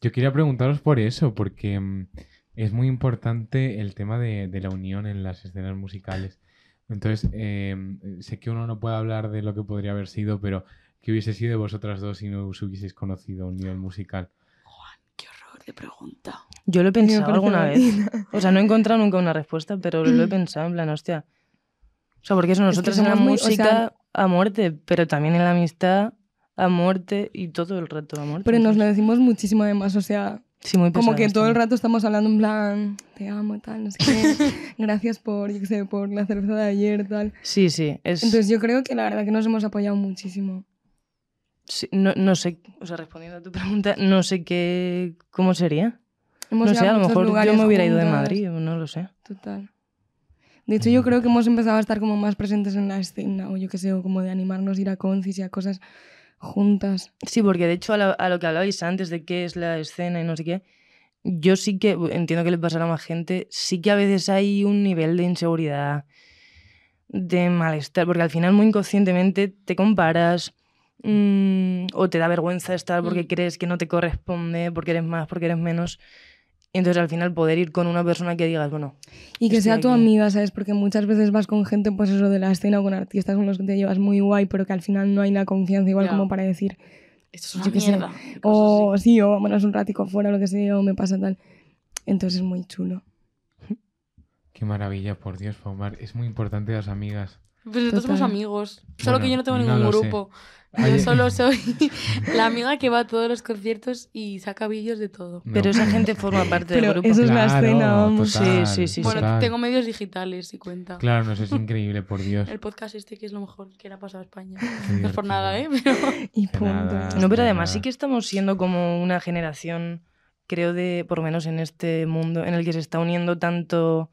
Yo quería preguntaros por eso, porque mm, es muy importante el tema de, de la unión en las escenas musicales. Entonces, eh, sé que uno no puede hablar de lo que podría haber sido, pero ¿qué hubiese sido de vosotras dos si no os hubieseis conocido a un nivel musical? Qué horror de pregunta. Yo lo he Me pensado parece alguna vez. bonita. O sea, no he encontrado nunca una respuesta, pero lo he pensado en plan, hostia. O sea, porque eso, nosotros en la Mm. somos muy- o sea- música a muerte, pero también en la amistad a muerte y todo el rato a muerte. Pero nos lo entonces, decimos muchísimo además, o sea, Sí, muy como que pesadas todo el también. rato estamos hablando en plan, te amo, tal, no sé qué, gracias por, yo qué sé, por la cerveza de ayer, tal. Sí, sí. Es, Entonces yo creo que la verdad que nos hemos apoyado muchísimo. sí, no, no sé, o sea, respondiendo a tu pregunta, no sé qué, cómo sería. Hemos no ido sé, a lo muchos mejor yo lugares me hubiera ido de juntas. Madrid, Mm. no lo sé. Total. De hecho, yo creo que hemos empezado a estar como más presentes en la escena, o yo qué sé, o como de animarnos a ir a concis y a cosas juntas. Sí, porque de hecho a, la- a lo que hablabais antes de qué es la escena y no sé qué, yo sí que bu- entiendo que le pasará a más gente, sí que a veces hay un nivel de inseguridad, de malestar, porque al final muy inconscientemente te comparas mm, o te da vergüenza estar porque Mm. crees que no te corresponde, porque eres más, porque eres menos. Y entonces al final poder ir con una persona que digas, bueno, Y que Estoy sea tu aquí. amiga, ¿sabes? Porque muchas veces vas con gente, pues eso, de la escena o con artistas con los que te llevas muy guay, pero que al final no hay la confianza igual Ya. como para decir, Esto es una Yo qué sé. mierda. y cosas o así. sí, o vámonos un ratico fuera, o lo que sea, o me pasa tal. Entonces es muy chulo. Qué maravilla, por Dios, Pomar. Es muy importante las amigas. Pero Pues nosotros somos Total. amigos. Solo que Bueno, yo no tengo no ningún lo sé. grupo. Yo Oye. solo soy la amiga que va a todos los conciertos y saca vídeos de todo. No, pero esa pues, gente forma parte del Pero grupo. eso es la escena, vamos. Sí, total, sí, sí, sí. Bueno, total. tengo medios digitales y cuenta. Claro, no, eso es increíble, por Dios. El podcast este que es lo mejor que le ha pasado a España. Qué No es por divertido. nada, ¿eh? Pero Y Que punto. nada. No, pero de además sí nada. que estamos siendo como una generación, creo, de, por lo menos en este mundo, en el que se está uniendo tanto,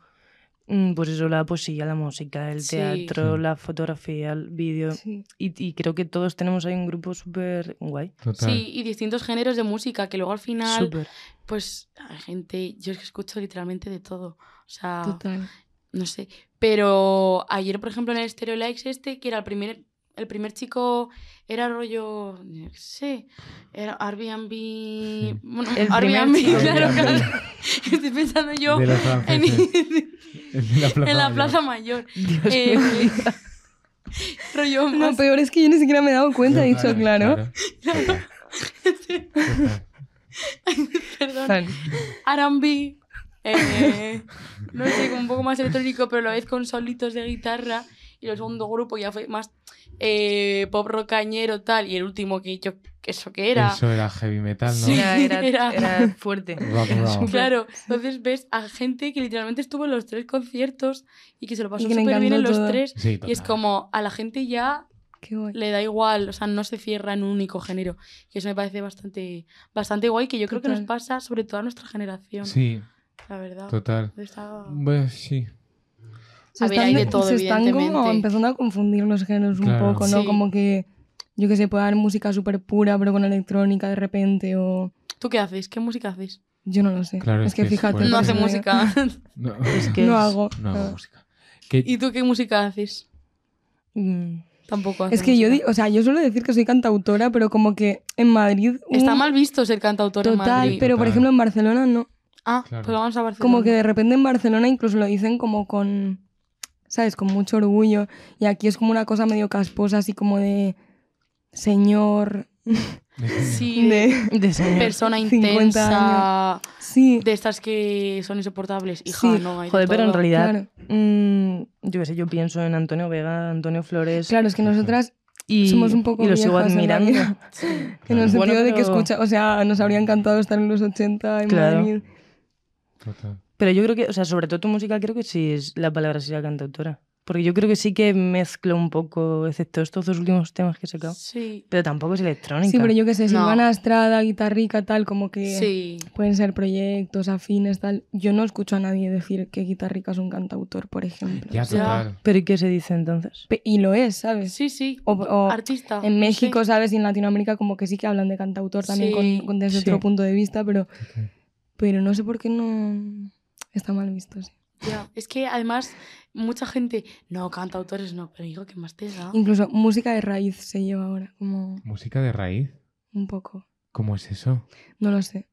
mm, pues eso, la poesía, la música, el Sí. teatro, Sí. la fotografía, el vídeo. Sí. Y, y creo que todos tenemos ahí un grupo súper guay. Total. ¿eh? sí, y distintos géneros de música que luego al final, eh, Súper. pues hay gente, yo es que escucho literalmente de todo. O sea, Total. no sé. Pero ayer, por ejemplo, en el Stereo Likes este, que era el primer, el primer chico, era rollo, no sé, era Airbnb... Bueno, El primer Airbnb, chico. claro, Airbnb. claro. Estoy pensando yo De los en, franceses. En la plaza. en la Mayor. Plaza Mayor. Dios Eh, mío. rollo Lo más- peor es que yo ni siquiera me he dado cuenta, he dicho, claro. claro. Total. Perdón. Fan. R&B. eh, no sé, como un poco más electrónico, pero a la vez con solitos de guitarra. Y el segundo grupo ya fue más eh, pop rocañero tal. Y el último que yo, que eso que era. Eso era heavy metal, ¿no? Sí. Era, era- Era- era fuerte. Rock Era and roll. súper- Claro, entonces ves a gente que literalmente estuvo en los tres conciertos y que se lo pasó Y que le súper bien en encantó los todo. tres. Sí, Y es total. como a la gente ya Qué guay. le da igual, o sea, no se cierra en un único género. Y eso me parece bastante, bastante guay, que yo creo que nos Total. pasa sobre todo a nuestra generación, Sí, la verdad. total. Está- Pues sí. Se A ver, hay de todo, se están como evidentemente. empezando a confundir los géneros Claro. un poco, ¿no? Sí. Como que, yo que sé, puede haber música súper pura, pero con electrónica de repente, o ¿Tú qué haces? ¿Qué música haces? yo no lo sé. Claro, es es que, que es fíjate. fuerte. No hace porque música. No, Es que No es- hago. no nada. hago música. Que- Ah. ¿Y tú qué música haces? Mm, Tampoco haces. Es que yo, di- o sea, yo suelo decir que soy cantautora, pero como que en Madrid... hubo- Está mal visto ser cantautor en Total, Madrid. pero por Total. ejemplo en Barcelona no. Ah, Claro. pues vamos a Barcelona. Como que de repente en Barcelona incluso lo dicen como con, ¿sabes? Con mucho orgullo. Y aquí es como una cosa medio casposa, así como de señor, Sí, de de... de señor. persona 50 intensa. Sí, De estas que son insoportables. Hija, Sí, no hay de Joder, pero en todo. realidad, claro. mm, yo qué sé, yo pienso en Antonio Vega, Antonio Flores Claro, es que nosotras y, somos un poco y lo sigo viejas en la admirando. vida. Sí. en el Claro. sentido Bueno, de que pero- escucha, o sea, nos habría encantado estar en los 80 en Claro. Madrid. Total. Pero yo creo que, o sea, sobre todo tu música, creo que sí es la palabra sería cantautora. Porque yo creo que sí que mezclo un poco, excepto estos dos últimos temas que he sacado. Sí. Pero tampoco es electrónica. Sí, pero yo qué sé, No. Silvana Estrada, guitarrica, tal, como que Sí. pueden ser proyectos afines, tal. Yo no escucho a nadie decir que guitarrica es un cantautor, por ejemplo. Ya, total. ¿Pero y qué se dice entonces? Pe- Y lo es, ¿sabes? Sí, sí. O- o Artista. En México, ah, Sí. ¿sabes? Y en Latinoamérica como que sí que hablan de cantautor también Sí, con- con- desde sí. otro punto de vista, pero, Total. pero no sé por qué no está mal visto. sí. Ya, Es que además, mucha gente. No, cantautores no, pero digo que más te da. Incluso música de raíz se lleva ahora, como Música de raíz. un poco, ¿Cómo es eso? no lo sé.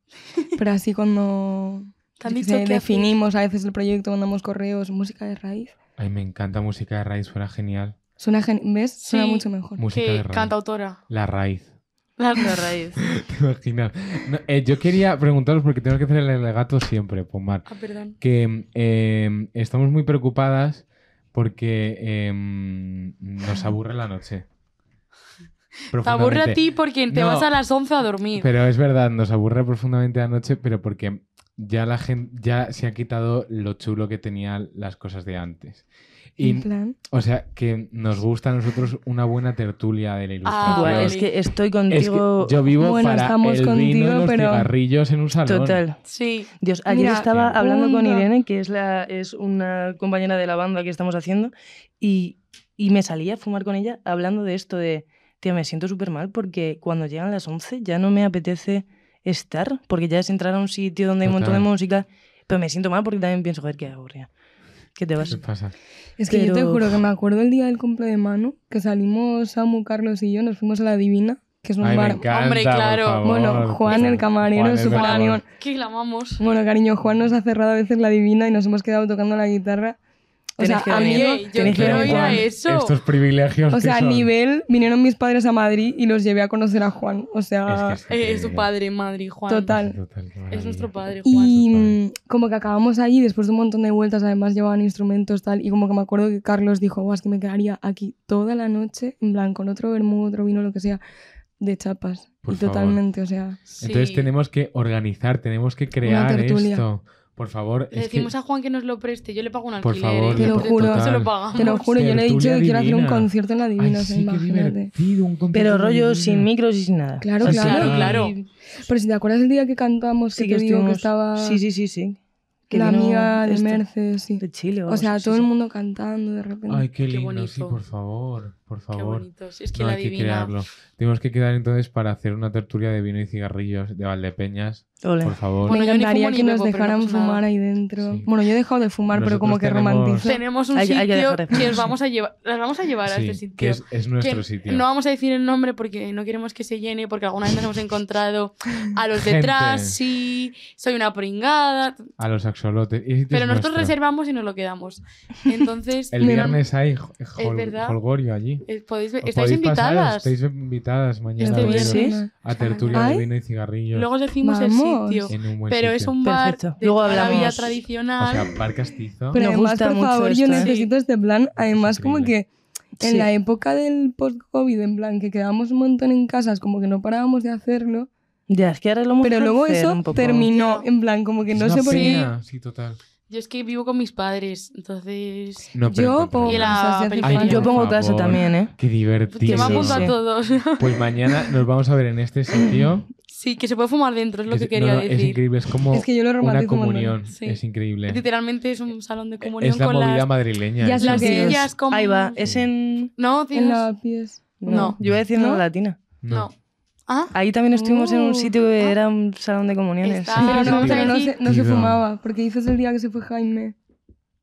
Pero así cuando Te han yo qué dicho sé, que haces- definimos a veces el proyecto, mandamos correos, música de raíz. Ay, me encanta música de raíz, suena genial. Suena gen- ¿Ves? Suena Sí. mucho mejor. Música de que raíz. cantautora. La raíz. La- La raíz. ¿Te imaginas? No, eh, yo quería preguntaros, porque tengo que hacer el alegato siempre, Pomar. Ah, perdón. que eh, estamos muy preocupadas porque eh, nos aburre la noche. Te aburre a Profundamente. ti porque te No. vas a las 11 a dormir. Pero es verdad, nos aburre profundamente la noche, pero porque ya la gente ya se ha quitado lo chulo que tenían las cosas de antes. En Y, plan, o sea, que nos gusta a nosotros una buena tertulia de la Ah, ilustración. Buah, vale. es que estoy Es que contigo. yo vivo Bueno, para el estamos vino contigo, y los pero- cigarrillos en un salón. Total. Sí. Dios, ayer Mira, estaba Sí. hablando con Onda. Irene, que es, la, es una compañera de la banda que estamos haciendo, y, y me salía a fumar con ella hablando de esto de, tío, me siento súper mal porque cuando llegan las 11 ya no me apetece estar, porque ya es entrar a un sitio donde hay un montón de Total. música, pero me siento mal porque también pienso, joder, qué aburrida. ¿Qué te ¿Qué vas? pasa? es que yo te Pero- juro que me acuerdo el día del cumple de Manu, que salimos Samu, Carlos y yo, nos fuimos a La Divina, que es un Ay, me bar encanta, Hombre, por claro. favor. Pues Bueno, Juan, el camarero, Juan, el súper camarero. amigo. Que la amamos. Bueno, cariño, Juan nos ha cerrado a veces la divina y nos hemos quedado tocando la guitarra. O Tenéis sea, que a venir. nivel- Ey, yo tenéis que quiero venir, ir a Juan. eso. Estos privilegios. o que sea, a son. nivel vinieron mis padres a Madrid y los llevé a conocer a Juan. O Es que sea, es Eh, es su increíble. padre, madre, Juan. Total. Sí, total, qué Es nuestro maravilla. padre, Juan. y Juan. mm, como que acabamos ahí después de un montón de vueltas, además llevaban instrumentos tal y como que me acuerdo que Carlos dijo, "Buah, es que me quedaría aquí toda la noche en blanco, con otro vermú, otro vino, lo que sea, de chapas." Por y favor. totalmente, o sea, Sí. Entonces tenemos que organizar, tenemos que crear tertulia. esto. Por favor, Le es que- decimos a Juan que nos lo preste. Yo le pago un Por alquiler. favor, ¿eh? Te lo Porque juro. todo se lo Total. pagamos. te lo juro, yo le he dicho Tertulia que quiero hacer un divina. concierto en la Ay, divina, o sea, sí, qué imagínate. divertido, un contenido Pero rollo divino. sin micros y sin nada. Claro, O sea, claro. Claro, claro. Pero si te acuerdas el día que cantamos, que Sí te que digo que estuvimos- estaba Sí, sí, sí, sí. Que la vino amiga de esta- Mercedes, sí. De Chile. O sea, todo el mundo cantando de repente. Ay, qué Qué lindo, sí, bonito. por favor, por Qué favor. bonitos. Es que No la hay que divina. crearlo. Tenemos que quedar entonces para hacer una tertulia de vino y cigarrillos de Valdepeñas, por favor. Bueno, Me yo ni fumo encantaría ni que nos bebo, pero no dejaran pasa nada. fumar ahí dentro. Sí. Bueno, yo he dejado de fumar, pero como que Nosotros tenemos- romantizo. Tenemos un Hay que- hay que sitio dejar de- que os vamos a llevar. Las vamos a llevar a Sí, este sitio. que es, es Que nuestro sitio. No vamos a decir el nombre porque no queremos que se llene, porque alguna vez nos hemos encontrado a los Gente. detrás, sí, soy una pringada. A los axolotes. Y el sitio Pero es nosotros nuestro. reservamos y nos lo quedamos. Entonces, El Me da- viernes hay jo- jol- verdad. jolgorio allí. eh, podéis, Os estáis podéis pasar, invitadas. estáis invitadas mañana Este a viernes. veros ¿Sí? a tertulia Ay. de vino y cigarrillos Luego os decimos Vamos. el sitio. en un buen Pero es sitio. un bar Perfecto. de Luego toda la vida hablamos. O tradicional. sea, bar castizo. Pero Nos además, gusta por mucho favor, yo esto, ¿eh? necesito este plan. Además, como que en Sí. la época del post-COVID, en plan, que quedábamos un montón en casas, como que no parábamos de hacerlo. Ya, es que ahora lo hemos Pero luego hacer eso un poco. terminó, en plan, como que Es no una sé por qué. pena, Sí, total. Yo es que vivo con mis padres, entonces. No, pero Yo encontrarlo. pongo Y la casas, si hace película. falta. Yo pongo Por casa favor. también, ¿eh? Qué Que divertido. me apunto Sí. a todos. Pues mañana nos vamos a ver en este sitio Sí, que se puede fumar dentro, es lo Es- que quería no, no, Es decir. increíble, es como Es que yo lo una romantizo un montón. comunión. Sí. Es increíble. Literalmente es un salón de comunión Es la con movida las, madrileña. Ya eso. las Sí, es. sillas con... Ahí va, es en... No, En tienes- la pies. No. Yo iba a decir en ¿No? la latina. No. Ah, Ahí también estuvimos en Oh. un sitio que Ah. era un salón de comuniones. Está- Ah, pero no, no, pero pero no, se, no se Tío. fumaba, porque dices el día que se fue Jaime.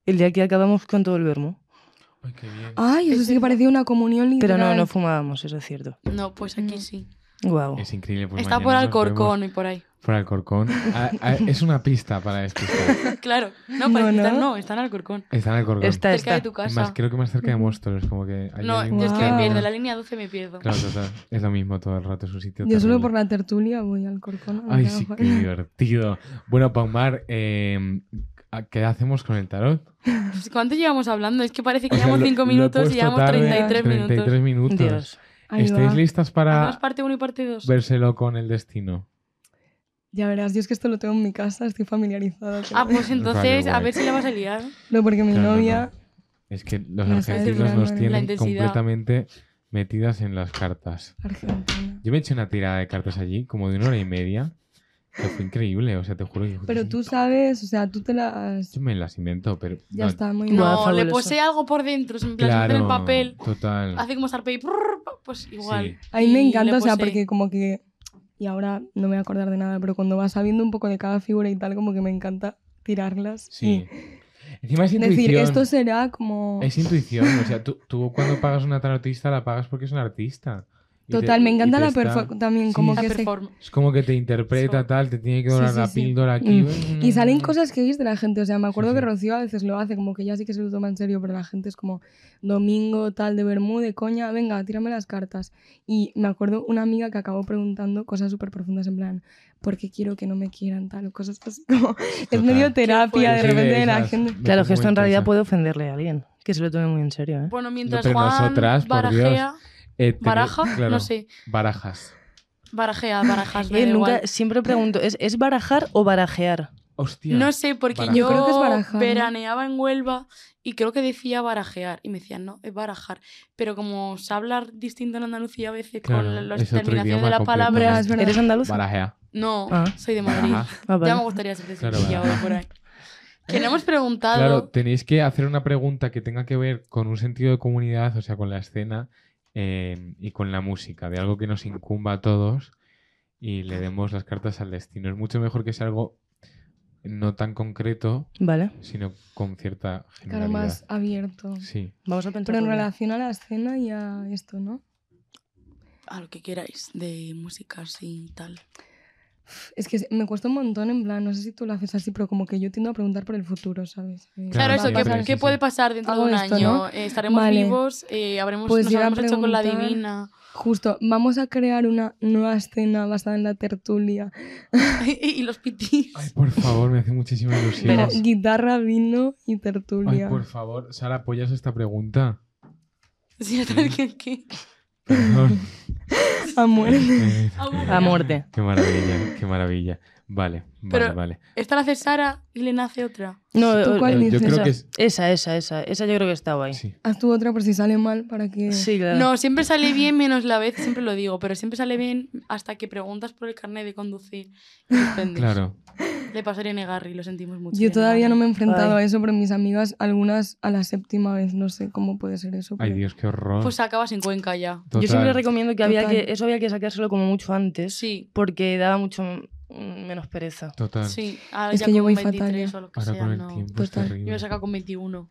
El día que acabamos con todo el vermo. Ay, qué bien. Ay, eso sí que parecía una comunión Pero literal. no, no fumábamos, eso es cierto. no, pues aquí No. sí. Guau. Es increíble. pues Está mañana por nos Alcorcón y por ahí. vemos Por Alcorcón. Ah, ah, es una pista para despistar. Claro. No, para No, quitar no. no, está en Alcorcón. Está en Alcorcón. Está, cerca está. de tu casa. Más, creo que más cerca de Móstoles. Como que ahí No, hay yo es que me Wow. un- pierdo. La línea 12 me pierdo. Claro, total. Es lo mismo todo el rato, es un sitio. Yo solo terrible. por la tertulia voy al corcón. a Ay, mirar sí, ¿Este a qué Juan. divertido. Bueno, Paumar, eh, ¿a- ¿qué hacemos con el tarot? Pues, ¿Cuánto llevamos hablando? Es que parece que O sea, llevamos lo- 5 lo he minutos puesto y llevamos tarde, 33 minutos. 33 minutos. Dios. Ahí ¿Estáis va. listas Hacemos para parte 1 y parte 2. vérselo con el destino? Ya verás, yo es que esto lo tengo en mi casa, estoy familiarizada. con- Ah, pues entonces, a guay. ver si la vas a liar. No, porque mi Claro, no, novia... Es que los No sé, argentinos la- nos la tienen intensidad. completamente metidas en las cartas. Argentina. Yo me eché una tirada de cartas allí, como de una hora y media, que fue increíble, o sea, te juro que... Pero tú sabes, o sea, tú te las... Yo me las invento, pero... Ya no, está, muy No, mal. No, le fabuloso. posee algo por dentro, en plan, Claro, en el papel. total. Hace como Sarpey, pues igual. A mí me Y le encanta, o sea, posee. porque como que... Y ahora no me voy a acordar de nada, pero cuando vas sabiendo un poco de cada figura y tal, como que me encanta tirarlas. Sí. Encima es Y intuición. Decir, esto será como... Es intuición, o sea, tú, tú cuando pagas una tarotista la pagas porque es un artista. Y te- Total, me y encanta te la está- performance también, Sí, como La que se- performance. Es como que te interpreta So- tal, te tiene que Sí, dorar sí, la sí. Mm. píldora aquí. mm, Y salen cosas que oís de la gente, o sea, me acuerdo Sí, que sí. Rocío a veces lo hace, como que ya sí que se lo toma en serio, pero la gente es como, domingo, tal, de Bermú, de coña, venga, tírame las cartas. Y me acuerdo una amiga que acabó preguntando cosas súper profundas, en plan, ¿por qué quiero que no me quieran, tal? O cosas así como, es medio terapia fuerte. de Pues Sí, repente de la esas. gente. Me Claro, pongo que esto en realidad intensa. puede ofenderle a alguien. Que se lo tome muy en serio, ¿eh? Bueno, mientras pero Juan nosotras, por barajea, Eh, te- baraja, claro, no sé, Barajas. barajea, barajas, Pues me Eh, da nunca, igual. siempre pregunto, ¿es, ¿es barajar o barajear? Hostia. No sé, porque Baraja. yo Yo creo que es barajar, ¿no? veraneaba en Huelva y creo que decía barajear. Y me decían, no, es barajar. Pero como se habla distinto en Andalucía a veces Claro, con las es otro terminaciones idioma de las completamente. palabras, Ah, Es verdad. ¿Eres andaluz? Barajea. no, Ah. soy de Madrid. Baraja. Ah, vale. Ya me gustaría ser de Claro, Sevilla baraja. o por ahí. Que no hemos preguntado. Claro, tenéis que hacer una pregunta que tenga que ver con un sentido de comunidad, o sea, con la escena eh, y con la música, de algo que nos incumba a todos y le demos las cartas al destino. Es mucho mejor que sea algo no tan concreto, Vale, sino con cierta Claro, generalidad. más abierto. Sí. vamos a pensar. Pero en por ahí. relación a la escena y a esto, ¿no? A lo que queráis, de música así y tal. Es que me cuesta un montón, en plan, no sé si tú lo haces así, pero como que yo tiendo a preguntar por el futuro, ¿sabes? Eh, Claro, Claro, eso, sí, ¿qué, sí, qué sí. puede pasar dentro de Hago un esto, año? ¿no? Eh, estaremos Vale. vivos, eh, habremos, Pues nos yo iba a habremos hecho con la preguntar- divina. Justo, vamos a crear una nueva escena basada en la tertulia. y los pitis. Ay, por favor, me hace muchísima ilusión. Pero guitarra, vino y Ay, tertulia. por favor, Sara, ¿apoyas esta pregunta? Sí, a ver qué- qué- Perdón. A muerte. Eh, A muerte. Qué maravilla, qué maravilla. Vale, vale, Pero- vale. Esta la hace Sara y le nace otra. No, ¿Tú eh, cuál eh, Yo dices? creo esa, que es... esa, esa, esa. Esa yo creo que está guay. Sí, Sí. Haz tú otra por si sale mal para que... Ah. claro. No, siempre sale bien menos la vez, siempre lo digo, pero siempre sale bien hasta que preguntas por el carnet de conducir y suspendes. Claro. Le pasaría a Negarri, lo sentimos mucho. Yo todavía no me he enfrentado Ay. a eso, pero mis amigas, algunas a la séptima vez, no sé cómo puede ser eso. Ay, pero- Dios, qué horror. Pues acabas en Cuenca ya. Yo siempre Total. recomiendo que, había Total. que eso había que sacárselo como mucho antes. Sí, Porque daba mucho mm, menos pereza. Total. sí. Ahora Es ya que yo con voy fatal 23 ya. o lo que Ahora sea, con el no. tiempo es Total. Yo terrible. me he sacado con 21.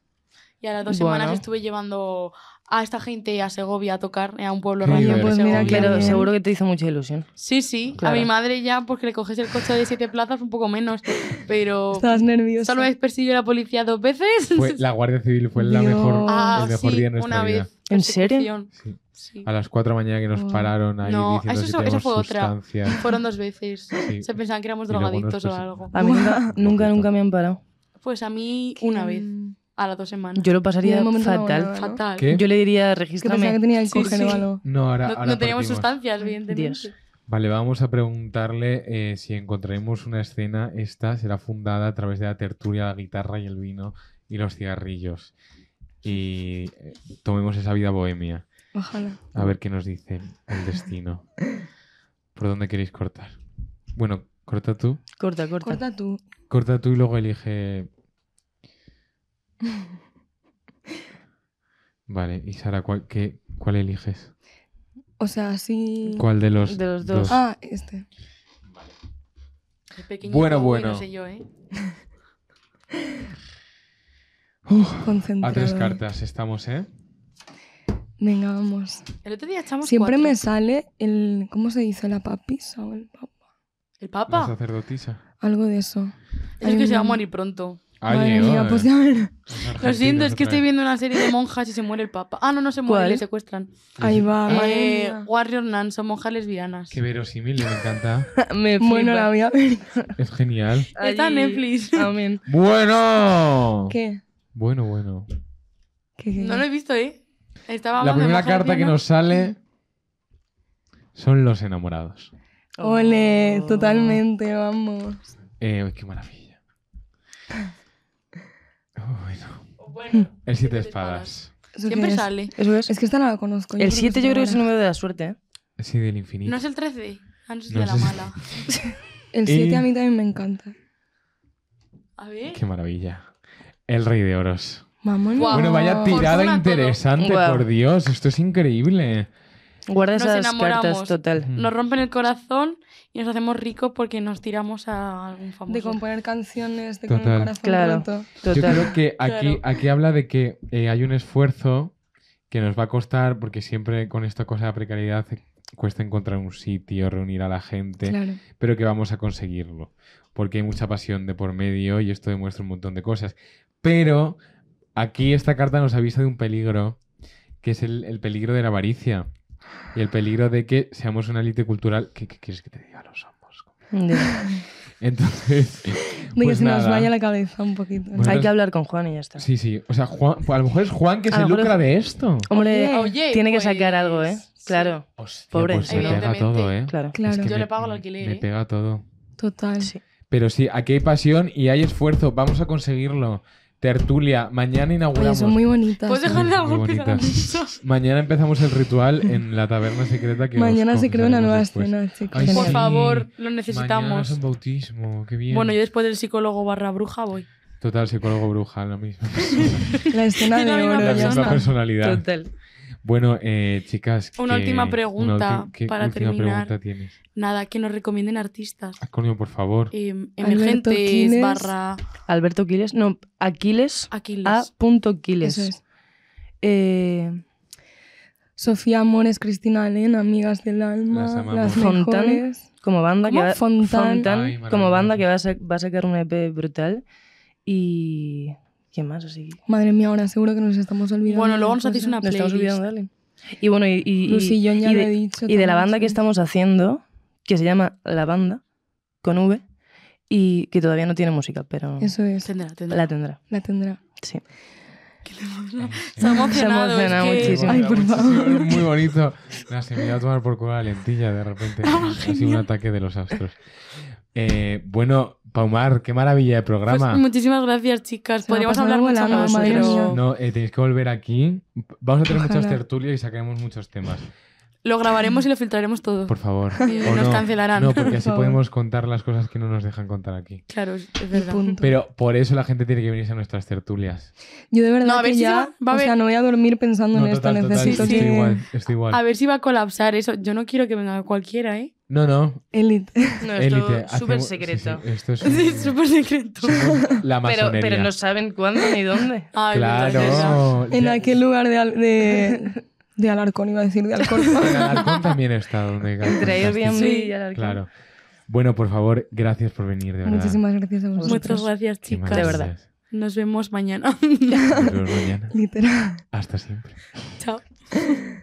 Y a las dos Bueno. semanas estuve llevando a esta gente a Segovia a tocar, eh, a un pueblo Qué random de divertido. Pues mira, Segovia. Pero Bien. seguro que te hizo mucha ilusión. Sí, sí. Claro. A mi madre ya, porque le coges el coche de siete plazas, un poco menos. Pero Estabas nerviosa. solo me persiguió la policía dos veces. Fue- la Guardia Civil fue la Dios. mejor, Ah, el mejor sí, día de nuestra una vida. vez. ¿En serio? Persecución, Sí. sí. A las 4 de la mañana que nos Wow. pararon ahí No, diciendo eso- si eso teníamos fue otra. sustancias. Fueron dos veces. Sí. Se pensaban que éramos Y luego nos drogadictos o persi- algo. A mí nunca, nunca, nunca me han parado. Pues a mí Que- una vez, a las dos semanas. Yo lo Yo pasaría de momento no fatal. volaba, ¿no? Fatal. ¿Qué? Yo le diría, Que pensaba que regístrame. tenía el Sí, coger sí. o algo. No, ahora, No, ahora no teníamos partimos. sustancias, evidentemente. Dios. Vale, vamos a preguntarle eh, si encontraremos una escena. Esta será fundada a través de la tertulia, la guitarra y el vino y los cigarrillos. Y eh, tomemos esa vida bohemia. Ojalá. A ver qué nos dice el destino. ¿Por dónde queréis cortar? Bueno, corta tú. Corta, corta. Corta tú. Corta tú y luego elige. Vale, y Sara, ¿cuál, qué, cuál eliges? O sea, así... ¿Cuál de los, De los dos. Ah, este. Es pequeño Bueno, y no bueno. sé yo, ¿eh? Concentrado. A tres cartas estamos, ¿eh? Venga, vamos. El otro día echamos Siempre cuatro. me sale el... ¿Cómo se dice? ¿La papisa o el papa? ¿El La papa? sacerdotisa. Algo de eso. Es el que Ay, se va a no. morir pronto. Ay, Madre Dios, mía, pues eh. ya verás. Lo Argentinos siento, es que otra estoy vez. viendo una serie de monjas y se muere el papa. Ah, no, no se muere, ¿Cuál? le secuestran. Ahí va, madre Eh, mía. Warrior Nan, son monjas lesbianas. Ah, Qué verosímil, me encanta. Me Bueno, flipa. la voy a ver. Es genial. Está en Allí- Netflix. Amén. ¡Bueno! ¿Qué? Bueno, bueno. ¿Qué, qué? No lo he visto, ¿eh? Estaba La hablando de primera monjas carta que lesbianas. nos sale son los enamorados. Ole, Oh. totalmente, vamos. Eh, qué maravilla. Oh, bueno. Bueno, El siete Siete de de espadas. ¿Eso siempre qué es? sale. Eso es. Es que esta no la conozco. el 7 yo creo que es el número de la suerte. ¿eh? Sí, del infinito. ¿No es el 13? Ah, no es No de la sé. mala. El 7 Eh. a mí también me encanta. A ver. Qué maravilla. El rey de oros. Mamón. Guau. Bueno, vaya Por tirada fortuna todo. interesante, Guau. por Dios. Esto es increíble. Guarda Nos esas enamoramos. cartas total. Nos rompen el corazón y nos hacemos ricos porque nos tiramos a algún famoso. De componer canciones, de con Total. el corazón Claro. roto. Yo Total. creo que aquí, Claro. aquí habla de que eh, hay un esfuerzo que nos va a costar, porque siempre con esta cosa de la precariedad eh, cuesta encontrar un sitio, reunir a la gente, Claro. pero que vamos a conseguirlo, porque hay mucha pasión de por medio y esto demuestra un montón de cosas. Pero aquí esta carta nos avisa de un peligro, que es el, el peligro de la avaricia y el peligro de que seamos una élite cultural. ¿Qué, qué quieres que te diga? Lo somos. Ya. Entonces, De que pues se nos nada. vaya la cabeza un poquito. ¿no? Bueno, Hay que hablar con Juan y ya está. Sí, sí. O sea, Juan, a lo mejor es Juan que A se lo mejor lucra es- de esto. Hombre, Oye, tiene que pues, sacar algo, ¿eh? sí. Claro, Hostia, Pobre. pues me pega Evidentemente. todo, ¿eh? claro. Claro, Yo le pago el alquiler, Me ¿eh? pega todo. total. Sí. Pero sí, aquí hay pasión y hay esfuerzo. Vamos a conseguirlo. Tertulia, mañana Oye, inauguramos. son muy bonitas. ¿Puedes ¿eh? dejar de dar Muy golpes a la bonita. mesa? Mañana empezamos el ritual en la taberna secreta que os Mañana se crea una nueva confesaremos después. escena, chicos. Ay, Por sí. favor, lo Mañana es necesitamos. un bautismo, qué bien. Bueno, yo después del psicólogo barra bruja voy. Total, psicólogo bruja, lo mismo. La escena Es la de misma la oro, ya persona. misma está. personalidad. Total. Bueno, eh, chicas. Una que- última una pregunta ulti- ¿qué para última terminar. pregunta tienes? Nada, que nos recomienden artistas. Antonio, por favor. eh, Alberto emergentes Quiles. barra Alberto Quiles, no, Aquiles, Aquiles. Ah. A. punto Quiles. Eso es. Eh, Sofía Amores, Cristina Alén, amigas del alma, Las las, amamos. Fontán. mejores. como banda que ¿Cómo? va, Fontán. Fontán, Ay, como maravilloso. banda que va a, sa- va a sacar un EP brutal y ¿quién más así? Madre mía, ahora seguro que nos estamos olvidando. Bueno, luego de nos hacéis cosas. una Nos estamos playlist. olvidando de alguien. Y bueno, y, y- y- Lucy, yo ya y lo he de, dicho. y de la también, banda que sí. estamos haciendo, que se llama La Banda, con V, y que todavía no tiene música, pero Eso es, Tendrá, tendrá. la tendrá. la tendrá. Sí. Se ha emocionado, Se es emociona que- muchísimo. Ay, por Muchísimo, favor. Muy bonito. Nah, se me iba a tomar por culo la lentilla de repente. ha sido un ataque de los astros. Eh, bueno, Paumar, qué maravilla de Pues programa. muchísimas gracias, chicas. Se me ha Podríamos pasado hablar mucho volando, más, madre pero mía. no, eh, tenéis que volver aquí. Vamos a tener muchas Ojalá. tertulias y sacaremos muchos temas. lo grabaremos y lo filtraremos todo. Por favor. Y O nos no, cancelarán. No, porque Por así favor. podemos contar las cosas que no nos dejan contar aquí. Claro, es es Y verdad. punto. Pero por eso la gente tiene que venirse a nuestras tertulias. Yo de verdad No, a ver que si se ya, va- va a o sea, haber- no voy a dormir pensando en esto, total, total, necesito sí, estoy sí. que... igual, estoy igual. A ver si va a colapsar eso. Yo no quiero que venga cualquiera, ¿eh? No, no. Elite. No, Élite. esto súper hacemos- sí, secreto. sí, esto es Sí, un- es súper secreto. la Pero, masonería. pero no saben cuándo ni dónde. Ay, verdad, es verdad. Claro. En Ya- aquel lugar de, Al- de, de Alarcón, iba a decir, de Alcorcón. En Alarcón también está donde Entre ellos bien Fantástico. Sí, y Alarcón. Claro. Bueno, por favor, gracias por venir, de verdad. Muchísimas gracias a vosotros. Muchas gracias, Qué chicas. De maravillas. verdad. Nos vemos mañana. Nos vemos mañana. Literal. Hasta siempre. Chao.